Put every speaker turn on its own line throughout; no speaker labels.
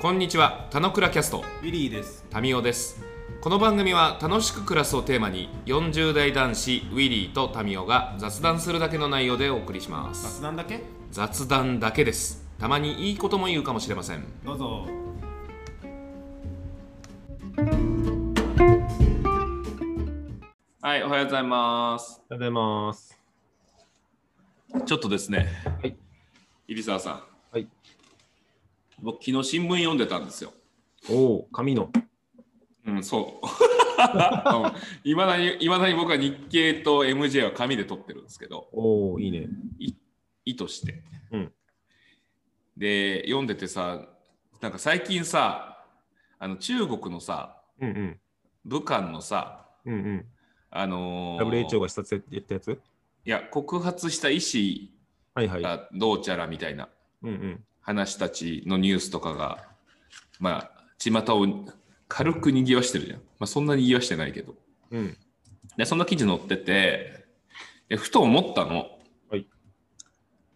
こんにちは、たのくらキャスト、
ウィリーです。
タミオです。この番組は楽しく暮らすをテーマに、40代男子ウィリーとタミオが雑談するだけの内容でお送りします。
雑談だけ
雑談だけです。たまにいいことも言うかもしれません。
どうぞ。
はい、おはようございます。
おはようございます。
ちょっとですね、
はい、
入澤さん、
はい、
僕昨日新聞読んでたんですよ。
おお、紙の。
うん、 そう。いまだに、いまだに僕は日経と MJ は紙で撮ってるんですけど。
おお、いいね。
い意図して、
うん
で読んでてさなんか最近さあの中国のさ
うんうん。
武漢のさ
うんうん。
あのー
WHO が視察やったやつ
いや告発した医師
はいはい。
がどうちゃらみたいな
うんうん。
話たちのニュースとかがまあ巷を軽く賑わしてるじゃん、まあ、そんなに賑わしてないけど
うん。
でそんな記事載っててでふと思ったの、
はい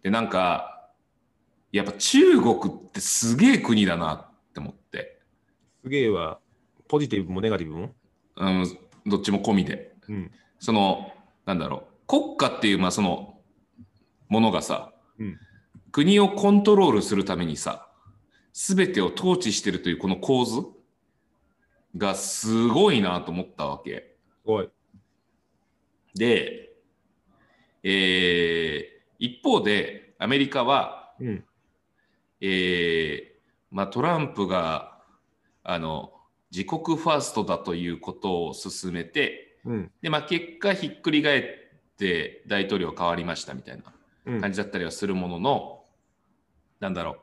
でなんかやっぱ中国ってすげえ国だなって思って、
すげえは、ポジティブもネガティブも
うん、どっちも込みで
うん。
そのなんだろう国家っていうまあそのものがさ、
うん
国をコントロールするためにさ全てを統治してるというこの構図がすごいなと思ったわけ。
すごい。
で、えー一方でアメリカは、
うん。
えーまあ、トランプがあの自国ファーストだということを進めて
うん。
で、まあ、結果ひっくり返って大統領変わりましたみたいな
うん。
感じだったりはするものの、なんだろ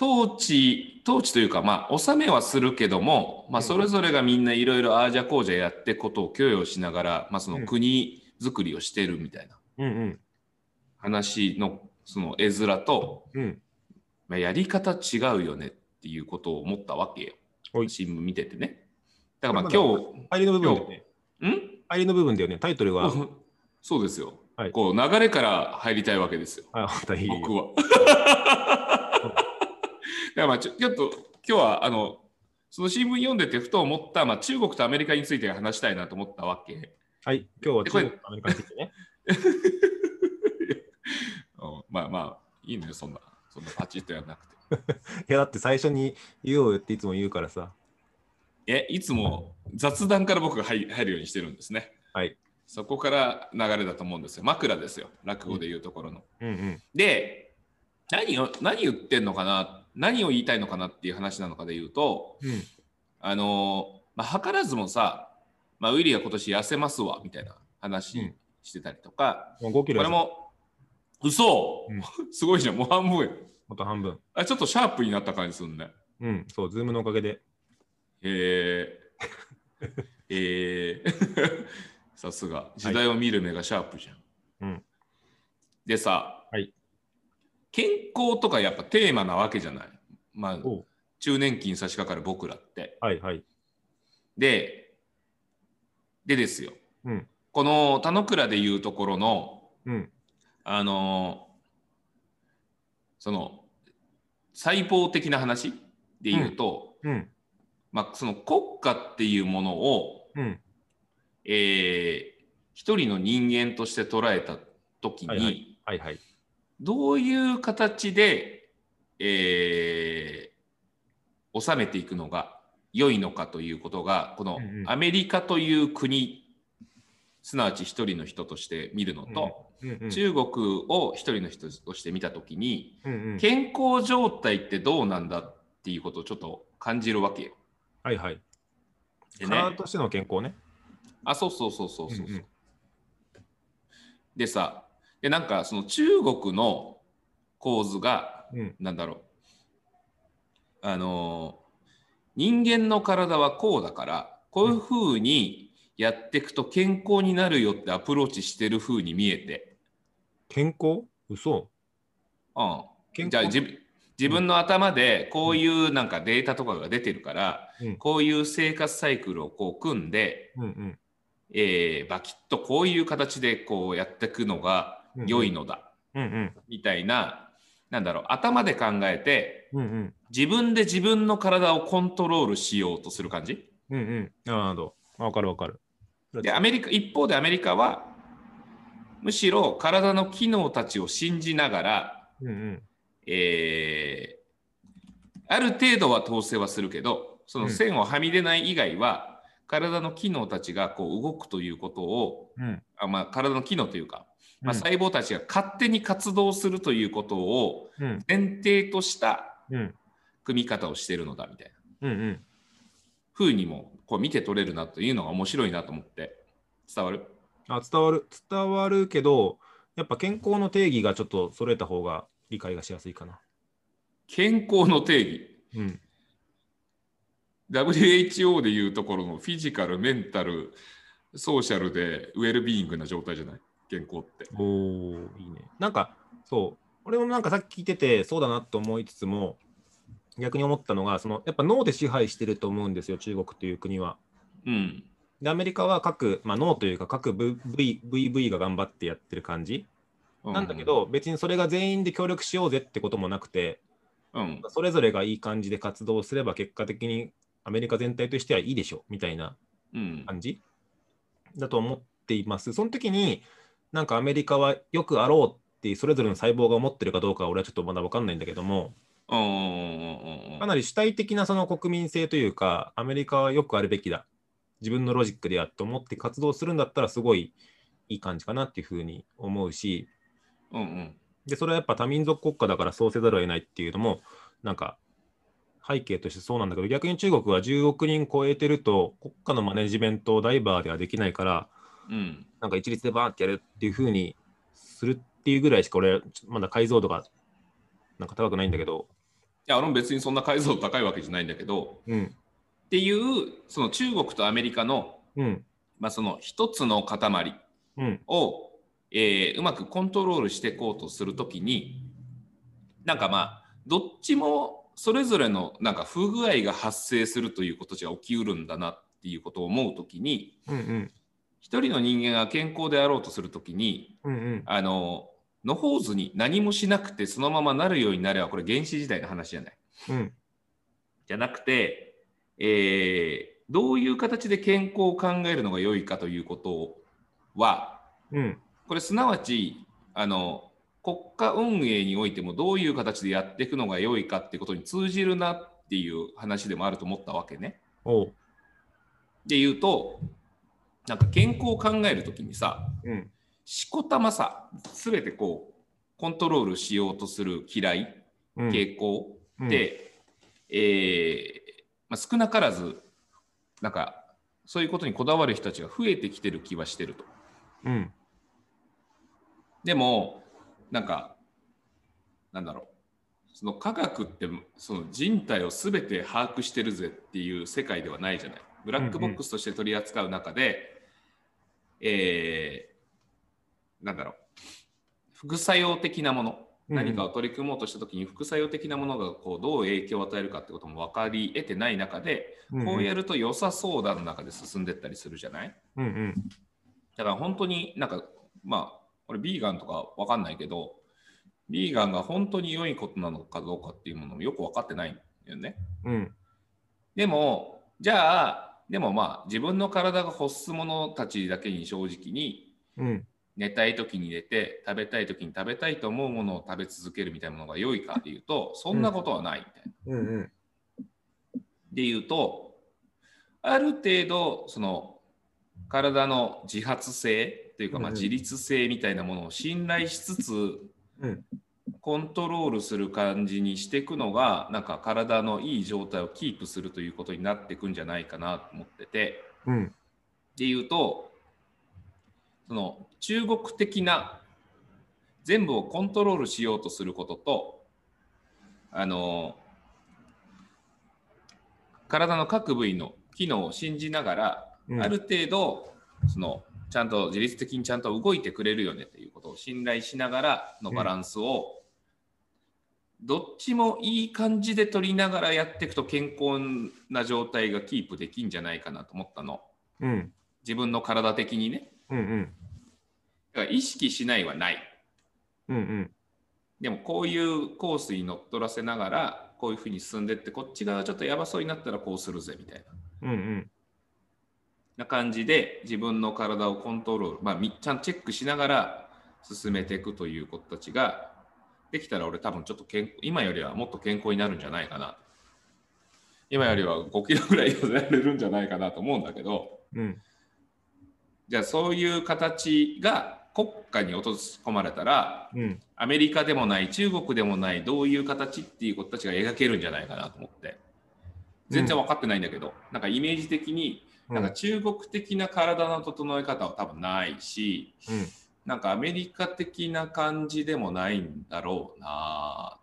う統治統治というか、まあ、納めはするけども、まあ、
うん
それぞれがみんないろいろああじゃこうじゃやってことを供与しながら、まあ、その国づくりをしてるみたいな
うんうん。
話のその絵面と、
うん。
まあ、やり方違うよねっていうことを思ったわけよ
はい
新聞見ててねだからまあ
これま
今
入りの部分だよね。
日ん
入りの部分だよね。タイトルは。
そうですよ、
はい
こう流れから入りたいわけですよ
あ、またいい。
僕 は。だからまあちょちょっと今日はあのその新聞読んでてふと思った、まあ、中国とアメリカについて話したいなと思ったわけ。うん
はい。今日は
で
中
これ
国とアメリカについてね。
まあまあいいのよそんなそんなパチッとやらなくて。
いや、だって最初に言おうよっていつも言うからさ。
えいつも雑談から僕が入入るようにしてるんですね。
はい。
そこから流れだと思うんですよ。枕ですよ。落語で言うところの。
うんうん。
で何を何言ってんのかな何を言いたいのかなっていう話なのかで言うと、
うん。
あのーまあ、図らずもさ、まあ、ウィリーが今年痩せますわみたいな
う
話
ん
してたりとか、
もう5キ
こ
ロや
れ
ぞ
も嘘、
うん
すごいじゃんもう半分よ
あと半分。
あちょっとシャープになった感じするね
うん。そう、ズームのおかげで。
えー、えー、 さすが時代を見る目がシャープじゃん、
うん
でさ、
はい
健康とかやっぱテーマなわけじゃないまあ
おう
中年期に差し掛かる僕らって
はいはい。
で、でですよ。
うん
この田野倉でいうところの、
うん。
あのーその、細胞的な話でいうと、
うん。
まあ、その国家っていうものを、
うん。
えー一人の人間として捉えた時に、
はいはいはい。
どういう形で、えー収めていくのが良いのかということがこの
うんうん
アメリカという国、すなわち一人の人として見るのと、
うんうん。
中国を一人の人として見た時に、
うんうん
健康状態ってどうなんだっていうことをちょっと感じるわけよ。
はいはい。
でね
体としての健康ね。
あそうそうそうそうそうそう、
うんうん
でさでなんかその中国の構図が
うん。
なんだろうあの人間の体はこうだからこういうふうにやっていくと健康になるよってアプローチしてるふうに見えて、
健康嘘
うん、
健康
じゃあ自分自分の頭でこういうなんかデータとかが出てるから、
うん
こういう生活サイクルをこう組んで、
うんうん。
えーバキッとこういう形でこうやっていくのが良いのだ、
うんうん。
みたいななんだろう頭で考えて
うんうん。
自分で自分の体をコントロールしようとする感じ
うんうん。なるほど。あわかるわかる。
でアメリカ一方でアメリカはむしろ体の機能たちを信じながら、
うんうん。
えーある程度は統制はするけどその線をはみ出ない以外は、体の機能たちがこう動くということを
うん。
あ、まあ、体の機能というか、まあ、
うん
細胞たちが勝手に活動するということを
うん
前提とした
うん。
組み方をしてるのだみたいな
うんうん。
風にもこう見て取れるなというのが面白いなと思って伝わる
あ、伝わる。伝わるけど、やっぱ健康の定義がちょっと揃えた方が理解がしやすいかな。
健康の定義
うん。
WHO でいうところのフィジカルメンタルソーシャルでウェルビーイングな状態じゃない健康って
おおいいね。なんか、そう。俺もなんかさっき聞いてて、そうだなと思いつつも、逆に思ったのが、そのやっぱ脳で支配してると思うんですよ、中国という国は。
うん
で、アメリカは各、まあ、脳というか、各部部位、VV が頑張ってやってる感じなんだけど、別にそれが全員で協力しようぜってこともなくて、
うん
それぞれがいい感じで活動すれば、結果的にアメリカ全体としてはいいでしょみたいな
うん
感じだと思っています。その時に、なんかアメリカはよくあろうって、それぞれの細胞が思ってるかどうかは俺はちょっとまだ分かんないんだけども、
うんうんうんうん
かなり主体的なその国民性というか、アメリカはよくあるべきだ、自分のロジックでやと思って活動するんだったら、すごいいい感じかなっていうふうに思うし、
うんうん
で、それはやっぱ多民族国家だからそうせざるを得ないっていうのも、なんか背景としてそうなんだけど、逆に中国は10億人超えてると、国家のマネジメントをダイバーではできないから、
うん
なんか一律でバーンってやるっていうふうにするっていうぐらいしか、俺、ちょっとまだ解像度がなんか高くないんだけど、
いや俺も別にそんな解像度高いわけじゃないんだけど
うん、
っていうその中国とアメリカの,、
うん、
まあその一つの塊
うん、
を、えーうまくコントロールしていこうとするときになんかまあどっちもそれぞれのなんか不具合が発生するということじゃ起きうるんだなっていうことを思うときに
うん、うん、
一人の人間が健康であろうとするときに
うん、うん。
あの野放図に何もしなくてそのままなるようになればこれ原始時代の話じゃない。
うん、
じゃなくて、えーどういう形で健康を考えるのが良いかということは
うん、
これすなわちあの国家運営においてもどういう形でやっていくのが良いかってことに通じるなっていう話でもあると思ったわけね。
おう、
で言うとなんか健康を考える時にさ
うん、
しこたまさ全てこうコントロールしようとする嫌い
うん、
傾向
うん
で、えーまあ、少なからずなんかそういうことにこだわる人たちが増えてきてる気はしてると。
うん、
でもなんかなんだろうその科学ってその人体を全て把握してるぜっていう世界ではないじゃない。ブラックボックスとして取り扱う中で、えーなんだろう副作用的なもの
うんうん
何かを取り組もうとした時に副作用的なものがこうどう影響を与えるかってことも分かり得てない中で
うん
こうやると良さそうだの中で進んでったりするじゃない
うん、うん、
だから本当になんかまあ俺ビーガンとかわかんないけどビーガンが本当に良いことなのかどうかっていうものもよく分かってないんだよね。
うん、
でもじゃあでもまあ自分の体が欲すものたちだけに正直に
うん、
寝たい時に寝て食べたい時に食べたいと思うものを食べ続けるみたいなものが良いかっていうとそんなことはないみたいな。
うん、うん、
で言うとある程度その体の自発性というか、まあ、
うんうん
自立性みたいなものを信頼しつつ、
うん
コントロールする感じにしていくのがなんか体のいい状態をキープするということになっていくんじゃないかなと思ってて
うん、
で言うとその中国的な全部をコントロールしようとすることとあの体の各部位の機能を信じながら、
うん
ある程度そのちゃんと自律的にちゃんと動いてくれるよねということを信頼しながらのバランスを、どっちもいい感じで取りながらやっていくと健康な状態がキープできんじゃないかなと思ったの
うん、
自分の体的にね
うん、うん、
だから意識しないはない
うん、うん、
でもこういうコースに乗っ取らせながらこういうふうに進んでってこっち側ちょっとやばそうになったらこうするぜみたいな
うんうん。
な感じで自分の体をコントロール、まあ、みちゃんとチェックしながら進めていくという子たちができたら俺多分ちょっと健今よりはもっと健康になるんじゃないかな今よりは5キロぐらい痩せられるんじゃないかなと思うんだけど
うん。
じゃあそういう形が国家に落とし込まれたら
うん。
アメリカでもない中国でもないどういう形っていう子たちが描けるんじゃないかなと思って全然分かってないんだけど、なんかイメージ的になんか中国的な体の整え方は多分ないし、
うん
なんかアメリカ的な感じでもないんだろうな。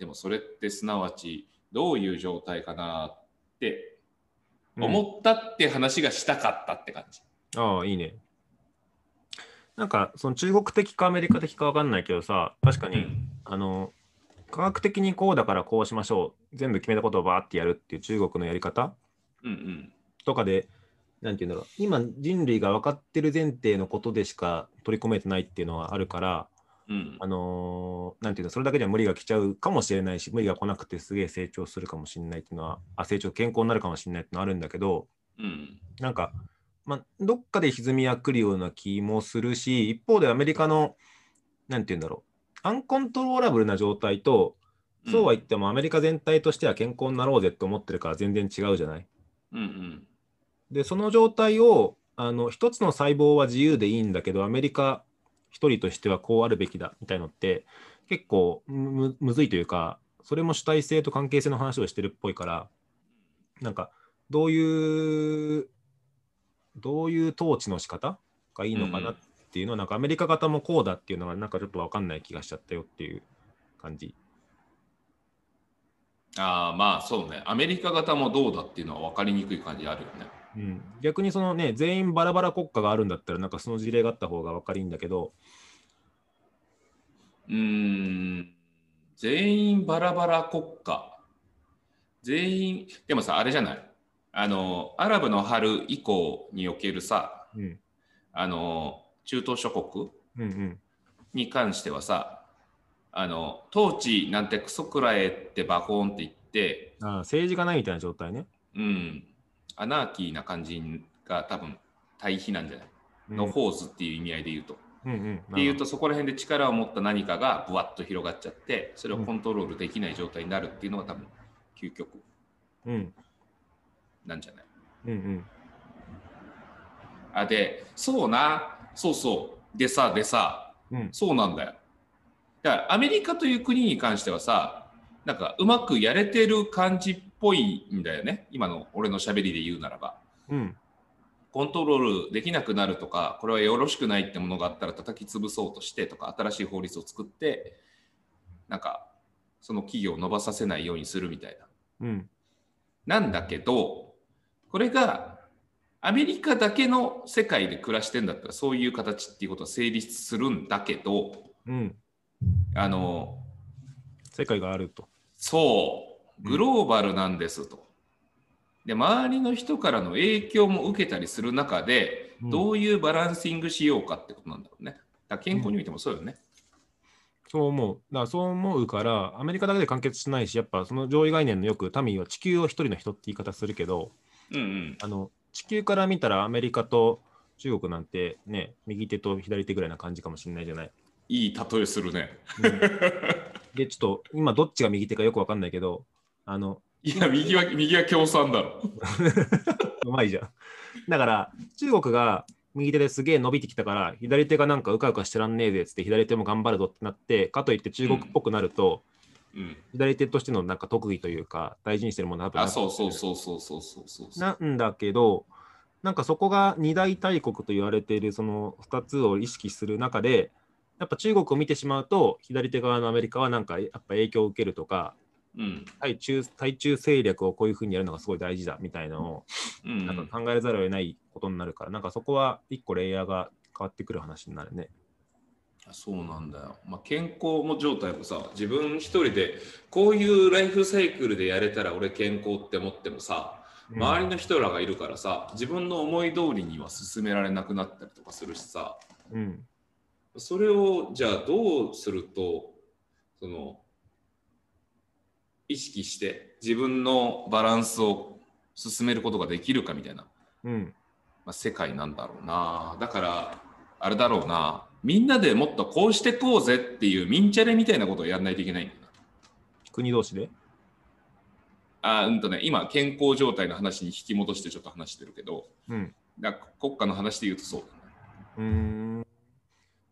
でもそれってすなわちどういう状態かなって
うん
思ったって話がしたかったって感じ。
ああ、いいね。なんか、その中国的かアメリカ的かわかんないけどさ、確かに、あの、科学的にこうだからこうしましょう、全部決めたことをバーってやるっていう中国のやり方
うんうん
とかで、なんていうんだろう、今人類が分かってる前提のことでしか取り込めてないっていうのはあるから、
うん
あのーなんていうの、それだけでは無理が来ちゃうかもしれないし、無理が来なくてすげえ成長するかもしれないっていうのは、あ、成長、健康になるかもしれないっていうのはあるんだけど、
うん
なんか、まあ、どっかで歪みは来るような気もするし、一方でアメリカの、なんて言うんだろう、アンコントローラブルな状態と、
うん
そうは言ってもアメリカ全体としては健康になろうぜって思ってるから全然違うじゃない。
うんうん
で、その状態を、あの、一つの細胞は自由でいいんだけど、アメリカ一人としてはこうあるべきだみたいのって、結構むむずいというか、それも主体性と関係性の話をしてるっぽいから、なんか、どういう、どういう統治の仕方がいいのかなっていうのは、なんかアメリカ型もこうだっていうのは、なんかちょっと分かんない気がしちゃったよっていう感じ。
ああまあそうねアメリカ型もどうだっていうのは分かりにくい感じあるよね。
うん、逆にそのね、全員バラバラ国家があるんだったら、なんかその事例があった方が分かりいいんだけど、
うーん全員バラバラ国家全員でもさあれじゃないあのアラブの春以降におけるさ
うん、
あの中東諸国
うん、うん、
に関してはさあの統治なんてクソくらえってバコーンって言って
あー政治がないみたいな状態ね。
うんアナーキーな感じが多分対比なんじゃない、
うん
のホーズっていう意味合いで言うと。
うんうん、
っていうとそこら辺で力を持った何かがぶわっと広がっちゃってそれをコントロールできない状態になるっていうのが多分究極
うんうん
なんじゃない
うん
あでそうなそうそうでさでさ
うんうん
そうなんだよだからアメリカという国に関してはさなんかうまくやれてる感じっぽいんだよね今の俺のしゃべりで言うならば
うん
コントロールできなくなるとかこれはよろしくないってものがあったら叩き潰そうとしてとか新しい法律を作ってなんかその企業を伸ばさせないようにするみたい
うん
な。なんだけどこれがアメリカだけの世界で暮らしてんだったらそういう形っていうことは成立するんだけど
うん
あの
世界があると。
そうグローバルなんですと。で周りの人からの影響も受けたりする中で
うん
どういうバランシングしようかってことなんだろうね。だから健康においてもそうよね。
そう思う。だからそう思うから、アメリカだけで完結しないし、やっぱその上位概念のよく、民は地球を一人の人って言い方するけど、
うんうん
あの地球から見たらアメリカと中国なんてね、右手と左手ぐらいな感じかもしれないじゃない。
いい例えするね。
うん、で、ちょっと今どっちが右手かよくわかんないけど、あの
いや右は右は共産だろ。
うまいじゃん。だから、中国が右手ですげえ伸びてきたから、左手がなんかうかうかしてらんねえぜっつって、左手も頑張るぞってなって、かといって中国っぽくなると、
うん、
左手としてのなんか特技というか、大事にしてるものは多分
あ
なく
そうそうそうそうそうそうそうそう。
なんだけど、なんかそこが二大大国と言われているその2つを意識する中で、やっぱ中国を見てしまうと、左手側のアメリカはなんかやっぱ影響を受けるとか、
うん
対中対中政略をこういうふうにやるのがすごい大事だみたいなのを
うん
なんか考えざるを得ないことになるから、なんかそこは一個レイヤーが変わってくる話になるね。
そうなんだよ、まあ、健康も状態もさ自分一人でこういうライフサイクルでやれたら俺健康って思ってもさ周りの人らがいるからさ自分の思い通りには進められなくなったりとかするしさ
うん、
それをじゃあどうするとその意識して自分のバランスを進めることができるかみたいな、
うん。
まあ、世界なんだろうなだからあれだろうなみんなでもっとこうしてこうぜっていうミンチャレみたいなことをやんないといけないんだな
国同士で。
あーうんとね今健康状態の話に引き戻してちょっと話してるけど
うん。
だから国家の話で言うとそうだな
うーん。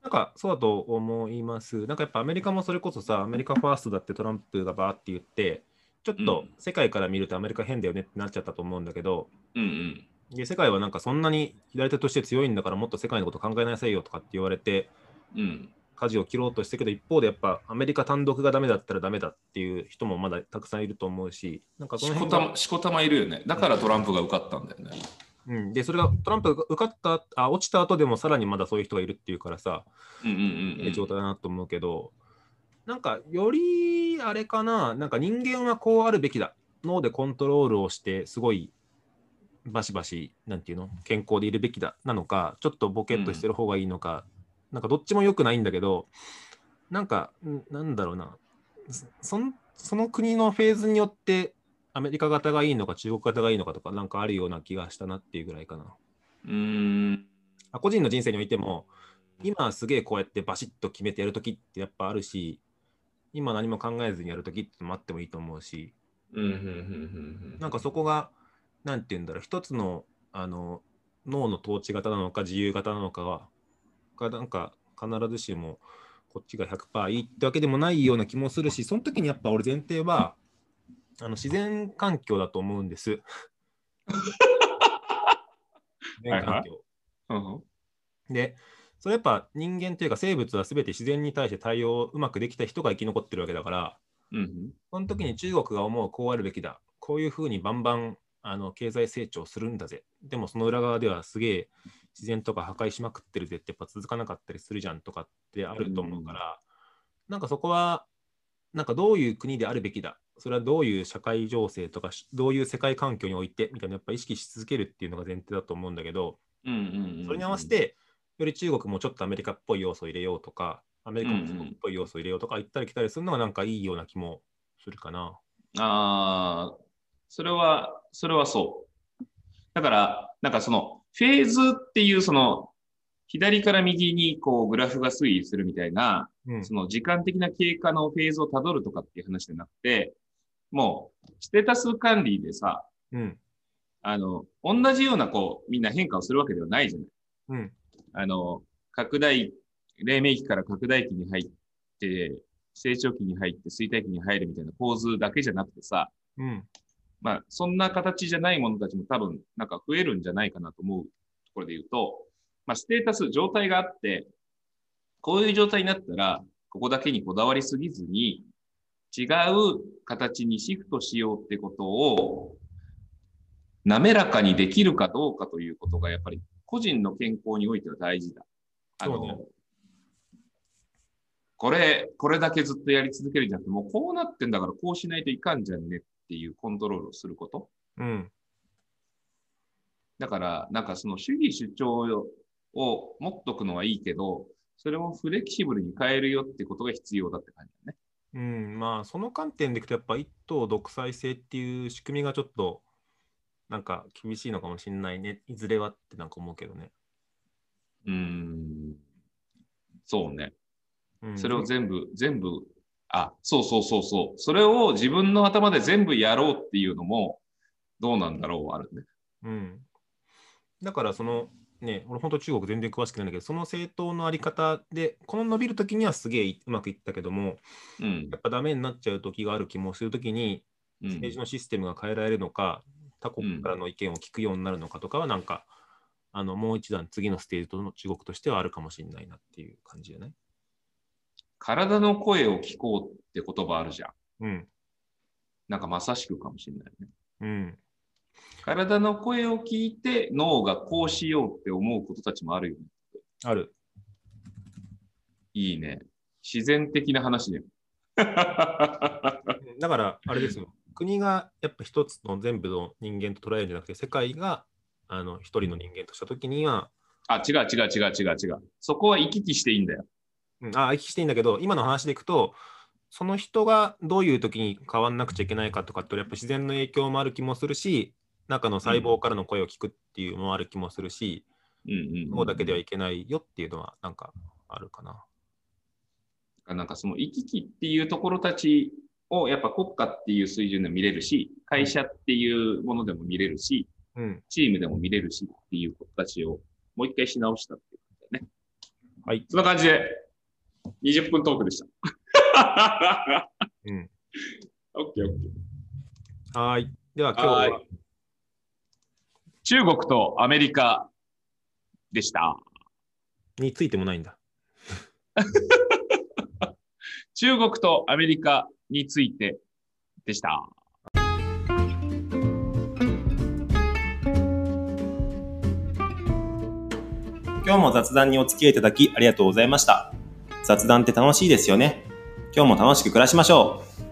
なんかそうだと思います。なんかやっぱアメリカもそれこそさ、アメリカファーストだってトランプがバーって言って、ちょっと
うん
世界から見るとアメリカ変だよねってなっちゃったと思うんだけど、
うんうん
で世界はなんかそんなに左手として強いんだからもっと世界のこと考えなさいよとかって言われて、
うん
舵を切ろうとしてるけど、一方でやっぱアメリカ単独がダメだったらダメだっていう人もまだたくさんいると思うし、なんかそ
し
の
こ
辺
た
が
ましこたまいるよねだからトランプが受かったんだよね
うん、で、それがトランプが受かった、あ落ちた後でもさらにまだそういう人がいるっていうからさ、
うんうんうん、う
ええ状
ん、
態だなと思うけど、なんかよりあれかな、なんか人間はこうあるべきだ、脳でコントロールをして、すごいバシバシ、なんていうの、健康でいるべきだなのか、ちょっとボケっとしてる方がいいのか、なんかどっちも良くないんだけど、なんか、んなんだろうな、そそのその国のフェーズによって、アメリカ型がいいのか、中国型がいいのかとか、なんかあるような気がしたなっていうぐらいかな。
うーん
あ個人の人生においても今すげえこうやってバシッと決めてやるときってやっぱあるし今何も考えずにやるときってのもあってもいいと思うし
うんうんうんうんうん
なんかそこが何て言うんだろう一つのあの脳の統治型なのか自由型なのかはがなんか必ずしもこっちが100%いいってわけでもないような気もするしその時にやっぱ俺前提はあの自然環境だと思うんです自然環境
うん
で、それやっぱ人間というか生物は全て自然に対して対応をうまくできた人が生き残ってるわけだから、
うん
その時に中国が思うこうあるべきだ、こういうふうにバンバンあの経済成長するんだぜ、でもその裏側ではすげえ自然とか破壊しまくってるぜってやっぱ続かなかったりするじゃんとかってあると思うから、なんかそこは、なんかどういう国であるべきだ、それはどういう社会情勢とかし、どういう世界環境においてみたいな、やっぱ意識し続けるっていうのが前提だと思うんだけど、
うんうんうん
それに合わせて、より中国もちょっとアメリカっぽい要素を入れようとか、アメリカも中国っぽい要素を入れようとか、行ったり来たりするのがなんかいいような気もするかな。
ああ、それは、それはそう。だから、なんかその、フェーズっていう、その、左から右にこうグラフが推移するみたいな、
うん
その時間的な経過のフェーズをたどるとかっていう話じゃなくて、もう、ステータス管理でさ、
うん。
あの、同じようなこう、みんな変化をするわけではないじゃない。
うん。
あの、拡大、黎明期から拡大期に入って、成長期に入って、衰退期に入るみたいな構図だけじゃなくてさ、
うん。
まあ、そんな形じゃないものたちも多分、なんか増えるんじゃないかなと思うところで言うと、まあ、ステータス、状態があって、こういう状態になったら、ここだけにこだわりすぎずに、違う形にシフトしようってことを、滑らかにできるかどうかということが、やっぱり個人の健康においては大事だ。あの、
そうね
これ、これだけずっとやり続けるんじゃなくて、もうこうなってんだからこうしないといかんじゃんねっていうコントロールをすること。
うん。
だから、なんかその主義主張を持っとくのはいいけど、それをフレキシブルに変えるよってことが必要だって感じだね。
うん。まあ、その観点でいくと、やっぱ一党独裁制っていう仕組みがちょっと、なんか厳しいのかもしれないね。いずれはってなんか思うけどね。
うーん。そうね。
うん、
それを全部、全部、あ、そうそうそうそう。それを自分の頭で全部やろうっていうのも、どうなんだろうはあるね。
うん、だからそのね俺本当中国全然詳しくないんだけどその政党のあり方でこの伸びる時にはすげえうまくいったけども
うん
や。っぱダメになっちゃう時がある気もする時に
うん
政治のシステムが変えられるのか、他国からの意見を聞くようになるのかとかはなんか、あのもう一段次のステージとの中国としてはあるかもしれないなっていう感じじゃない
体の声を聞こうって言葉あるじゃん。
うん
なんかまさしくかもしれないね。
うん
体の声を聞いて脳がこうしようって思うことたちもあるよね。
ある
いいね。自然的な話 ね。
だからあれですよ国がやっぱ一つの全部の人間と捉えるんじゃなくて世界があの一人の人間とした時には
あ、違う違う違う違う違う。そこは行き来していいんだよ。
うん、あ、行き来していいんだけど、今の話でいくと、その人がどういう時に変わんなくちゃいけないかとかって、やっぱ自然の影響もある気もするし、中の細胞からの声を聞くっていうのもある気もするし、
うん
脳、うだけではいけないよっていうのは、なんかあるかな。
なんかその行き来っていうところたちをやっぱ国家っていう水準で見れるし、会社っていうものでも見れるし、
うん。
チームでも見れるしっていうことたちをもう一回し直したっていう感じだね。
はい。
そんな感じで20分トークでした。
うん、
オッケーオッケ
はーい。では、
ー。
今日は。
はーい中国とアメリカでした。
についてもないんだ。
中国とアメリカについてでした。
今日も雑談にお付き合いいただきありがとうございました。雑談って楽しいですよね。今日も楽しく暮らしましょう。